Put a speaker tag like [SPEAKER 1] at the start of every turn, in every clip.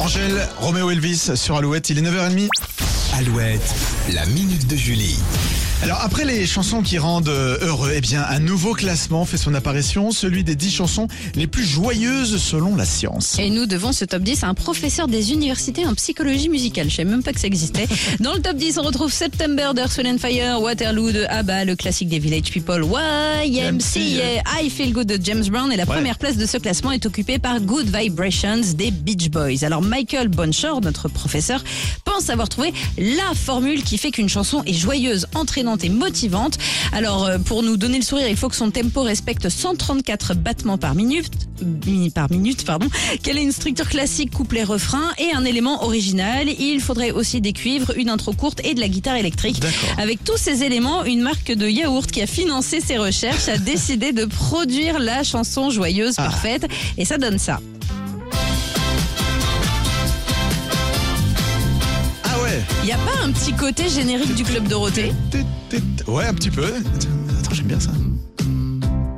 [SPEAKER 1] Angèle, Roméo Elvis sur Alouette, il est 9h30.
[SPEAKER 2] Alouette, la minute de Julie.
[SPEAKER 1] Alors après les chansons qui rendent euh, heureux, eh bien un nouveau classement fait son apparition, celui des 10 chansons les plus joyeuses selon la science.
[SPEAKER 3] Et nous devons ce top 10 à un professeur des universités en psychologie musicale. Je savais même pas que ça existait. Dans le top 10, on retrouve September de Earth, Wind and Fire, Waterloo de ABBA, le classique des Village People, YMCA, I Feel Good de James Brown. Et la première place de ce classement est occupée par Good Vibrations des Beach Boys. Alors Michael Bonshore, notre professeur, pense avoir trouvé la formule qui fait qu'une chanson est joyeuse, entraînante et motivante. Alors euh, pour nous donner le sourire, il faut que son tempo respecte 134 battements par minute, euh, mi- par minute, pardon, qu'elle ait une structure classique, couplet, refrain et un élément original. Il faudrait aussi des cuivres, une intro courte et de la guitare électrique.
[SPEAKER 1] D'accord.
[SPEAKER 3] Avec tous ces éléments, une marque de yaourt qui a financé ses recherches a décidé de produire la chanson joyeuse parfaite et ça donne ça.
[SPEAKER 1] Ah ouais
[SPEAKER 3] Il n'y a pas un petit côté générique du club Dorothée
[SPEAKER 1] Tut, tut. Ouais, un petit peu. Attends, j'aime bien ça.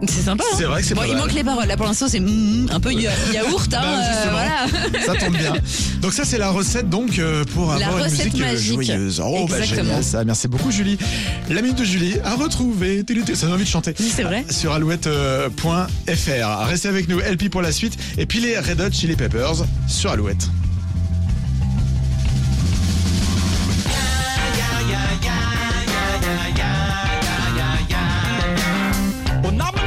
[SPEAKER 3] C'est sympa. hein
[SPEAKER 1] C'est vrai que c'est
[SPEAKER 3] Bon,
[SPEAKER 1] pas
[SPEAKER 3] il
[SPEAKER 1] mal.
[SPEAKER 3] manque les paroles. Là, pour l'instant, c'est mm, un peu ya- yaourt. Hein,
[SPEAKER 1] Bah,
[SPEAKER 3] euh, voilà.
[SPEAKER 1] Ça tombe bien. Donc ça c'est la recette donc euh, pour
[SPEAKER 3] La
[SPEAKER 1] avoir une
[SPEAKER 3] recette
[SPEAKER 1] musique euh,
[SPEAKER 3] magique.
[SPEAKER 1] joyeuse. Oh bah
[SPEAKER 3] Exactement.
[SPEAKER 1] génial ça. Merci beaucoup Julie. La minute de Julie à retrouver. Tut, tut. Ça donne envie de chanter. Ah,
[SPEAKER 3] Oui, c'est vrai.
[SPEAKER 1] Sur euh, alouette.fr. Restez avec nous LP pour la suite et puis les Red Hot Chili Peppers sur Alouette.